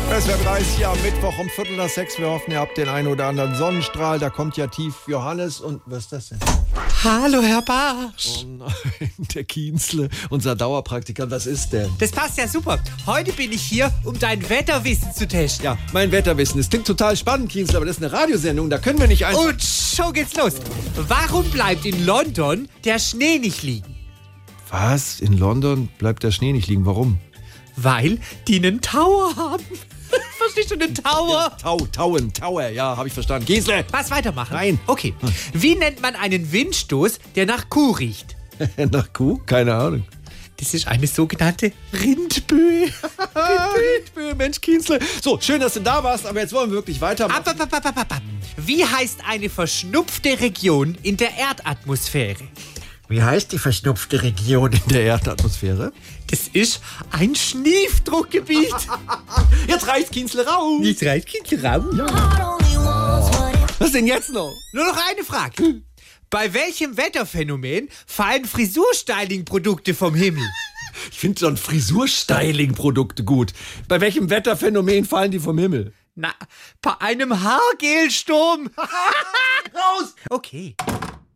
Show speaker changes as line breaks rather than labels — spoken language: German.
SWR 30 hier am Mittwoch um Viertel nach sechs. Wir hoffen, ihr habt den einen oder anderen Sonnenstrahl. Da kommt ja tief Johannes und was ist das denn?
Hallo, Herr Barsch.
Oh nein, der Kienzle, unser Dauerpraktikant. Was ist denn?
Das passt ja super. Heute bin ich hier, um dein Wetterwissen zu testen.
Ja, mein Wetterwissen. Das klingt total spannend, Kienzle, aber das ist eine Radiosendung. Da können wir nicht einfach...
Und schon geht's los. Warum bleibt in London der Schnee nicht liegen?
Was? In London bleibt der Schnee nicht liegen. Warum?
Weil die einen Tower haben. Verstehst du, einen Tower?
Tau, Tauen, Tower. Ja, habe ich verstanden. Kienzle!
Was weitermachen?
Nein. Hm.
Okay. Wie nennt man einen Windstoß, der nach Kuh riecht?
Nach Kuh? Keine Ahnung.
Das ist eine sogenannte Rindböe.
Ah.
Wildböe, Mensch, Kienzle. So, schön, dass du da warst, aber jetzt wollen wir wirklich weitermachen.
Ab, ab, ab, ab, ab, ab, ab. Wie heißt eine verschnupfte Region in der Erdatmosphäre?
Wie heißt die verschnupfte Region?
In der Erdatmosphäre?
Das ist ein Schniefdruckgebiet.
Jetzt reißt Kienzle raus.
Nicht reicht, Kind raus.
Was denn jetzt noch?
Nur noch eine Frage. Bei welchem Wetterphänomen fallen Frisurstyling-Produkte vom Himmel?
Ich finde so ein Frisurstyling-Produkt gut. Bei welchem Wetterphänomen fallen die vom Himmel?
Na, bei einem Haargelsturm. Raus! Okay.